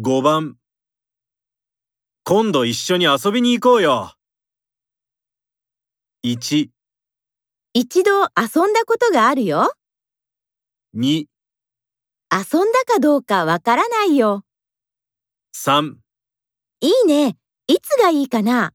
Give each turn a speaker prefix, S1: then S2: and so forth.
S1: 5番今度一緒に遊びに行こうよ。1、
S2: 一度遊んだことがあるよ。
S1: 2、
S2: 遊んだかどうかわからないよ。
S1: 3
S2: いいね。いつがいいかな